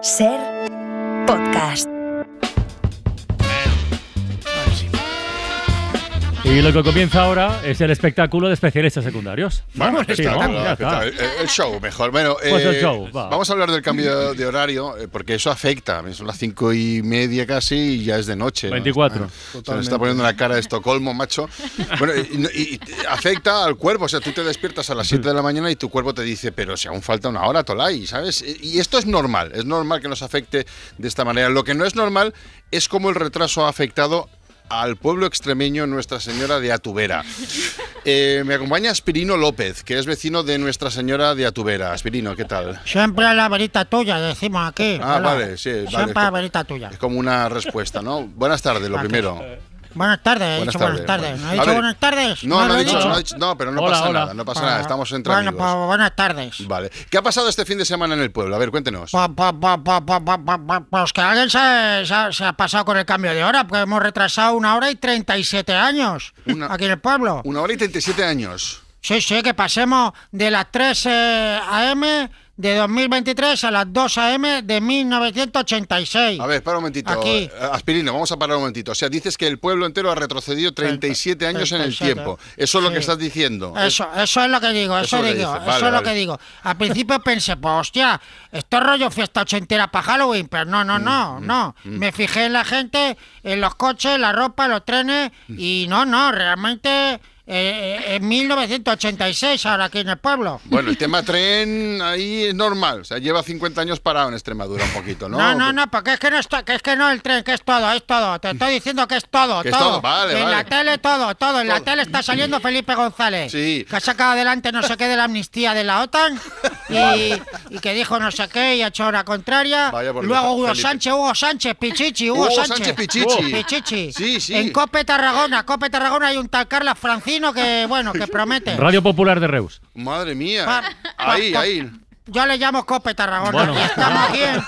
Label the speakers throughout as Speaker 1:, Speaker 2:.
Speaker 1: Ser podcast.
Speaker 2: Y lo que comienza ahora es el espectáculo de especialistas secundarios.
Speaker 3: Bueno,
Speaker 2: Sí,
Speaker 3: está,
Speaker 2: ¿no?
Speaker 3: está,
Speaker 2: Ya
Speaker 3: está.
Speaker 2: está.
Speaker 3: El, el show, mejor. Bueno, eh,
Speaker 2: Pues el show, va.
Speaker 3: vamos a hablar del cambio de horario, eh, porque eso afecta. Son las cinco y media casi y ya es de noche. ¿no?
Speaker 2: 24.
Speaker 3: Bueno, se nos está poniendo una cara de Estocolmo, macho. Bueno, y, y- y afecta al cuerpo. O sea, tú te despiertas a las 7 de la mañana y tu cuerpo te dice, pero si aún falta una hora, Tolai, ¿sabes? Y esto es normal. Es normal que nos afecte de esta manera. Lo que no es normal es cómo el retraso ha afectado al pueblo extremeño Nuestra Señora de Atubera. Eh, me acompaña Aspirino López, que es vecino de Nuestra Señora de Atubera. Aspirino, ¿qué tal?
Speaker 4: Siempre la varita tuya, decimos aquí.
Speaker 3: Ah,
Speaker 4: Hola.
Speaker 3: vale, sí, vale.
Speaker 4: Siempre la varita tuya.
Speaker 3: Es como una respuesta, ¿no? Buenas tardes, lo
Speaker 4: Vale.
Speaker 3: primero.
Speaker 4: Buenas tardes, he
Speaker 3: Buenas
Speaker 4: dicho
Speaker 3: tardes.
Speaker 4: buenas tardes. ¿No he
Speaker 3: A
Speaker 4: dicho
Speaker 3: ver.
Speaker 4: buenas tardes?
Speaker 3: No, no
Speaker 4: lo
Speaker 3: ha
Speaker 4: he
Speaker 3: dicho,
Speaker 4: dicho?
Speaker 3: no ha dicho- no, pero no
Speaker 2: Hola,
Speaker 3: pasa
Speaker 2: hola.
Speaker 3: nada, no pasa nada,
Speaker 4: Bueno,
Speaker 3: estamos entre
Speaker 4: Bueno,
Speaker 3: amigos.
Speaker 4: pues buenas tardes.
Speaker 3: Vale. ¿Qué ha pasado este fin de semana en el pueblo? A ver, cuéntenos.
Speaker 4: Pues, pues, pues, pues, pues, pues, pues, pues, pues que alguien se, se- se ha pasado con el cambio de hora, porque hemos retrasado una hora y 37 años
Speaker 3: Una-
Speaker 4: aquí en el pueblo.
Speaker 3: Una hora y 37 años.
Speaker 4: Sí, sí, que pasemos de las 3 eh, a.m. de 2023 a las 2 a.m. de 1986.
Speaker 3: A ver, para un momentito.
Speaker 4: Aquí.
Speaker 3: Eh, Aspirino, vamos a parar un momentito. O sea, dices que el pueblo entero ha retrocedido 37 años en el
Speaker 4: 37.
Speaker 3: tiempo. Eso es lo
Speaker 4: Sí.
Speaker 3: que estás diciendo.
Speaker 4: Eso, eso es lo que digo,
Speaker 3: Eso
Speaker 4: eso,
Speaker 3: es lo que
Speaker 4: digo,
Speaker 3: dices,
Speaker 4: eso
Speaker 3: vale,
Speaker 4: es lo
Speaker 3: vale.
Speaker 4: que digo. Al principio pensé, pues hostia, esto es rollo fiesta ochentera para Halloween, pero no,
Speaker 3: Mm,
Speaker 4: no, no, no. Me fijé en la gente, en los coches, la ropa, los trenes, y no, no, realmente eh, en 1986 ahora aquí en el pueblo.
Speaker 3: Bueno, el tema tren ahí es normal. O sea, lleva 50 años parado en Extremadura un poquito, ¿no?
Speaker 4: No, no, no, porque es que no está, que es que no el tren, que es todo, es todo. Te estoy diciendo que es todo,
Speaker 3: Que es
Speaker 4: todo.
Speaker 3: todo, vale,
Speaker 4: en la
Speaker 3: vale.
Speaker 4: tele todo, todo. En la
Speaker 3: Todo.
Speaker 4: tele está saliendo Felipe González.
Speaker 3: Sí.
Speaker 4: Que ha sacado adelante no sé qué de la amnistía de la OTAN y, y que dijo no sé qué y ha hecho la contraria.
Speaker 3: Vaya por
Speaker 4: Luego
Speaker 3: Dios,
Speaker 4: Hugo
Speaker 3: Felipe.
Speaker 4: Sánchez, Hugo Sánchez, Pichichi, Hugo,
Speaker 3: Hugo Oh, Sánchez Pichichi.
Speaker 4: Pichichi.
Speaker 3: Sí, sí.
Speaker 4: En Cope Tarragona, Cope Tarragona hay un tal Carla Francino que, bueno, que promete.
Speaker 2: Radio Popular de Reus.
Speaker 3: Madre mía.
Speaker 4: Pa- pa-
Speaker 3: ahí,
Speaker 4: pa-
Speaker 3: ahí.
Speaker 4: Yo le llamo Cope Tarragona.
Speaker 2: Bueno.
Speaker 4: y estamos aquí en,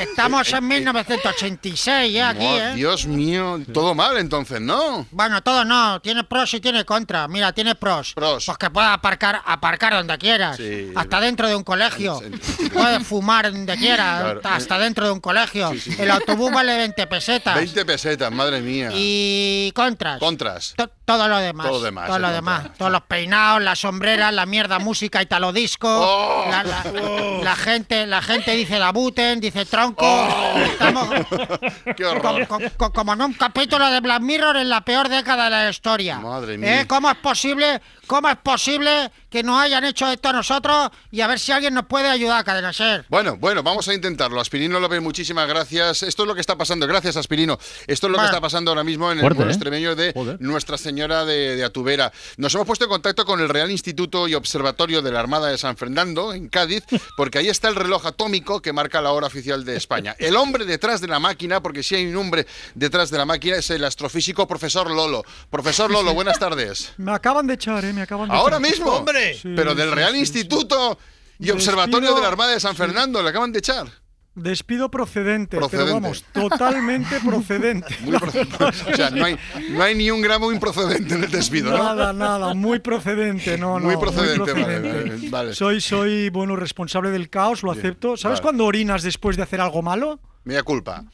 Speaker 4: estamos en 1986, ya aquí,
Speaker 3: Oh,
Speaker 4: ¿eh?
Speaker 3: Eh, Dios mío, todo mal entonces, ¿no?
Speaker 4: Bueno, todo no, tiene pros y tiene contras. Mira, tiene pros.
Speaker 3: Pros.
Speaker 4: Pues que puedes aparcar, aparcar donde quieras.
Speaker 3: Sí.
Speaker 4: Hasta dentro de un colegio.
Speaker 3: En- en-
Speaker 4: Puedes fumar donde quieras.
Speaker 3: Claro.
Speaker 4: Hasta dentro de un colegio. El autobús vale 20 pesetas.
Speaker 3: 20 pesetas, madre mía.
Speaker 4: Y contras.
Speaker 3: Contras.
Speaker 4: To- todo lo demás.
Speaker 3: Todo demás,
Speaker 4: Todo lo
Speaker 3: es
Speaker 4: demás.
Speaker 3: verdad.
Speaker 4: Todos los peinados, las sombreras, la mierda música y talodisco.
Speaker 3: Oh.
Speaker 4: La, la- la gente, la gente dice la buten, dice tronco.
Speaker 3: Oh.
Speaker 4: Estamos
Speaker 3: Qué
Speaker 4: co-
Speaker 3: horror.
Speaker 4: co- co- como en un capítulo de Black Mirror en la peor década de la historia.
Speaker 3: Madre mía.
Speaker 4: ¿Eh? ¿Cómo es posible? ¿Cómo es posible que nos hayan hecho esto a nosotros? Y a ver si alguien nos puede ayudar, cadena ser.
Speaker 3: Bueno, bueno, vamos a intentarlo. Aspirino López, muchísimas gracias. Esto es lo que está pasando. Gracias, Aspirino. Esto es lo
Speaker 4: Vale.
Speaker 3: que está pasando ahora mismo en el
Speaker 2: Fuerte,
Speaker 3: pueblo
Speaker 2: ¿eh?
Speaker 3: extremeño de
Speaker 2: Joder.
Speaker 3: Nuestra Señora de, de Atubera. Nos hemos puesto en contacto con el Real Instituto y Observatorio de la Armada de San Fernando, en Cádiz, porque ahí está el reloj atómico que marca la hora oficial de España. El hombre detrás de la máquina, porque si hay un hombre detrás de la máquina, es el astrofísico profesor Lolo. Profesor Lolo, buenas tardes.
Speaker 5: Me acaban de echar, ¿eh? Me acaban de
Speaker 3: Ahora
Speaker 5: echar.
Speaker 3: mismo,
Speaker 6: ¡Hombre!
Speaker 5: Sí,
Speaker 3: pero del
Speaker 5: sí,
Speaker 3: Real
Speaker 5: sí, sí.
Speaker 3: Instituto y
Speaker 5: Despido-
Speaker 3: Observatorio de la Armada de San Fernando, le acaban de echar.
Speaker 5: Despido procedente,
Speaker 3: Procedente.
Speaker 5: pero vamos, totalmente procedente.
Speaker 3: Muy procedente. Pues, o sea, no hay, no hay ni un gramo improcedente en el despido, ¿no?
Speaker 5: Nada, nada, muy procedente, no, no.
Speaker 3: Muy procedente, vale,
Speaker 5: procedente.
Speaker 3: vale, vale.
Speaker 5: Soy, soy, bueno, responsable del caos, lo acepto. ¿Sabes
Speaker 3: vale.
Speaker 5: cuando orinas después de hacer algo malo?
Speaker 3: Mea culpa.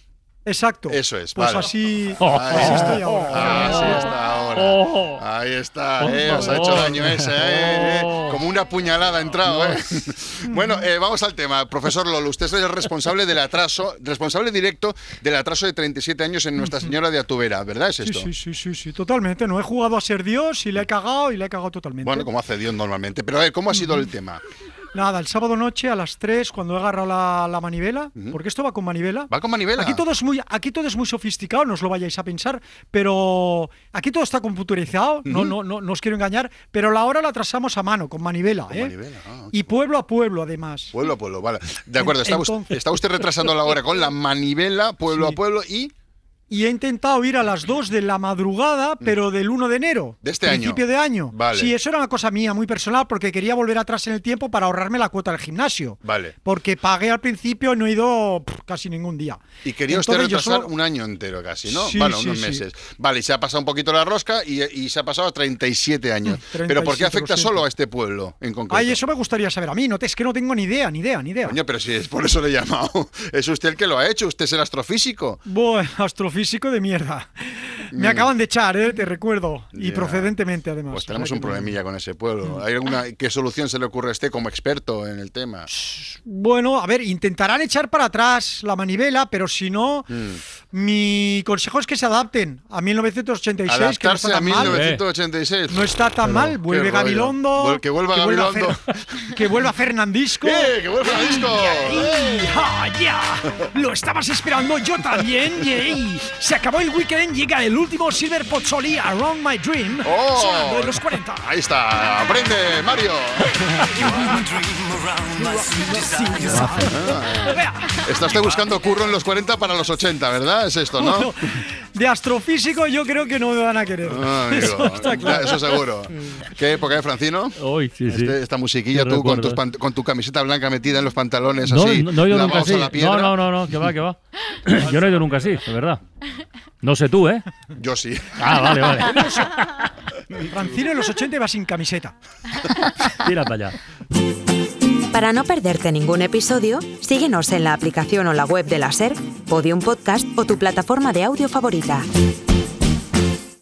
Speaker 5: Exacto.
Speaker 3: Eso es,
Speaker 5: Pues
Speaker 3: vale. Ah,
Speaker 5: así,
Speaker 2: Oh.
Speaker 5: así estoy ahora.
Speaker 3: Así está
Speaker 2: Oh.
Speaker 3: Ah, ahora. Ahí está,
Speaker 2: Por
Speaker 3: eh, os ha hecho
Speaker 2: favor.
Speaker 3: daño ese, eh, eh.
Speaker 2: Oh.
Speaker 3: como una puñalada ha entrado. eh. Bueno, eh, vamos al tema. Profesor Lolo, usted es el responsable del atraso, responsable directo del atraso de 37 años en Nuestra Señora de Atubera, ¿verdad? Es
Speaker 5: Sí,
Speaker 3: esto.
Speaker 5: sí, sí, sí, sí, totalmente. No he jugado a ser Dios y le he cagado y le he cagado totalmente.
Speaker 3: Bueno, como hace Dios normalmente. Pero a ver, ¿cómo ha sido el tema?
Speaker 5: Nada, el sábado noche a las 3, cuando he agarrado la, la manivela, porque esto va con manivela.
Speaker 3: ¿Va con manivela?
Speaker 5: Aquí todo, es muy, aquí todo es muy sofisticado, no os lo vayáis a pensar, pero aquí todo está computurizado, no, no, no, no os quiero engañar, pero la hora la trazamos a mano, con manivela. ¿eh?
Speaker 3: manivela, ah,
Speaker 5: y pueblo a pueblo, además.
Speaker 3: Pueblo a pueblo, vale. De acuerdo, está, us-
Speaker 5: Entonces-
Speaker 3: está usted retrasando la hora con la manivela, pueblo
Speaker 5: Sí.
Speaker 3: a pueblo y...
Speaker 5: y he intentado ir a las 2 de la madrugada, pero del 1 de enero.
Speaker 3: Mm. De este año.
Speaker 5: principio de año.
Speaker 3: Vale.
Speaker 5: Sí, eso era una cosa mía, muy personal, porque quería volver atrás en el tiempo para ahorrarme la cuota del gimnasio.
Speaker 3: Vale.
Speaker 5: Porque pagué al principio y no he ido pff, casi ningún día.
Speaker 3: Y quería usted
Speaker 5: Entonces, yo
Speaker 3: retrasar
Speaker 5: solo-
Speaker 3: un año entero casi, ¿no?
Speaker 5: Sí,
Speaker 3: bueno,
Speaker 5: sí,
Speaker 3: unos
Speaker 5: sí.
Speaker 3: meses. Vale, y se ha pasado un poquito la rosca y, y se ha pasado a 37 años.
Speaker 5: Mm,
Speaker 3: Pero ¿por qué
Speaker 5: 37%?
Speaker 3: afecta solo a este pueblo en concreto?
Speaker 5: Ay, eso me gustaría saber a mí. No te, es que no tengo ni idea, ni idea, ni idea.
Speaker 3: Coño, pero si es por eso le he llamado. Es usted el que lo ha hecho, usted es el astrofísico.
Speaker 5: Bueno, astrofísico de mierda. Me
Speaker 3: Mm.
Speaker 5: acaban de echar, ¿eh? te recuerdo. Y
Speaker 3: Ya.
Speaker 5: procedentemente, además.
Speaker 3: Pues
Speaker 5: O sea
Speaker 3: tenemos
Speaker 5: que Mm.
Speaker 3: un
Speaker 5: no-
Speaker 3: problemilla con ese pueblo. ¿Hay alguna, ¿Qué solución se le ocurre a usted como experto en el tema?
Speaker 5: Bueno, a ver, intentarán echar para atrás la manivela, pero si no,
Speaker 3: Mm.
Speaker 5: mi consejo es que se adapten a 1986, que no
Speaker 3: Adaptarse
Speaker 5: está
Speaker 3: a
Speaker 5: tan mal.
Speaker 3: 1986.
Speaker 5: No está tan mal, vuelve
Speaker 3: rollo.
Speaker 5: Gabilondo.
Speaker 3: Vuel- que vuelva
Speaker 5: a
Speaker 3: Gabilondo.
Speaker 5: Fer- que vuelva Fernandisco.
Speaker 3: ¡Eh, que vuelva el disco!
Speaker 5: ¡Ey! ¡Ah, ya! ¡Lo estabas esperando yo también! ¡Yey! Se acabó el weekend, llega el último Silver Pozzoli Around My Dream.
Speaker 3: ¡Oh!
Speaker 5: Sonando en los 40.
Speaker 3: Ahí está, aprende, Mario.
Speaker 5: Vea,
Speaker 3: Está usted buscando curro en los 40 para los 80, ¿verdad? Es esto, ¿no?
Speaker 5: De astrofísico yo creo que no me van a querer.
Speaker 3: Ah, amigo.
Speaker 5: Eso está claro.
Speaker 3: Ya, Eso seguro. ¿Qué época de Francino?
Speaker 2: Hoy, sí, sí.
Speaker 3: Este- esta musiquilla,
Speaker 2: Qué
Speaker 3: tú con,
Speaker 2: recuerdo.
Speaker 3: tus pan- con tu camiseta blanca metida en los pantalones,
Speaker 2: No,
Speaker 3: así,
Speaker 2: no, no he ido nunca
Speaker 3: lavados
Speaker 2: así.
Speaker 3: a la piedra.
Speaker 2: No, no, no, no, que va, que va. Yo no he ido nunca así, de verdad. No sé tú, ¿eh?
Speaker 3: Yo sí.
Speaker 2: Ah, vale, vale.
Speaker 5: Francino en los 80 iba sin camiseta.
Speaker 2: Tira para allá.
Speaker 1: Para no perderte ningún episodio, síguenos en la aplicación o la web de la SER, Podium Podcast o tu plataforma de audio favorita.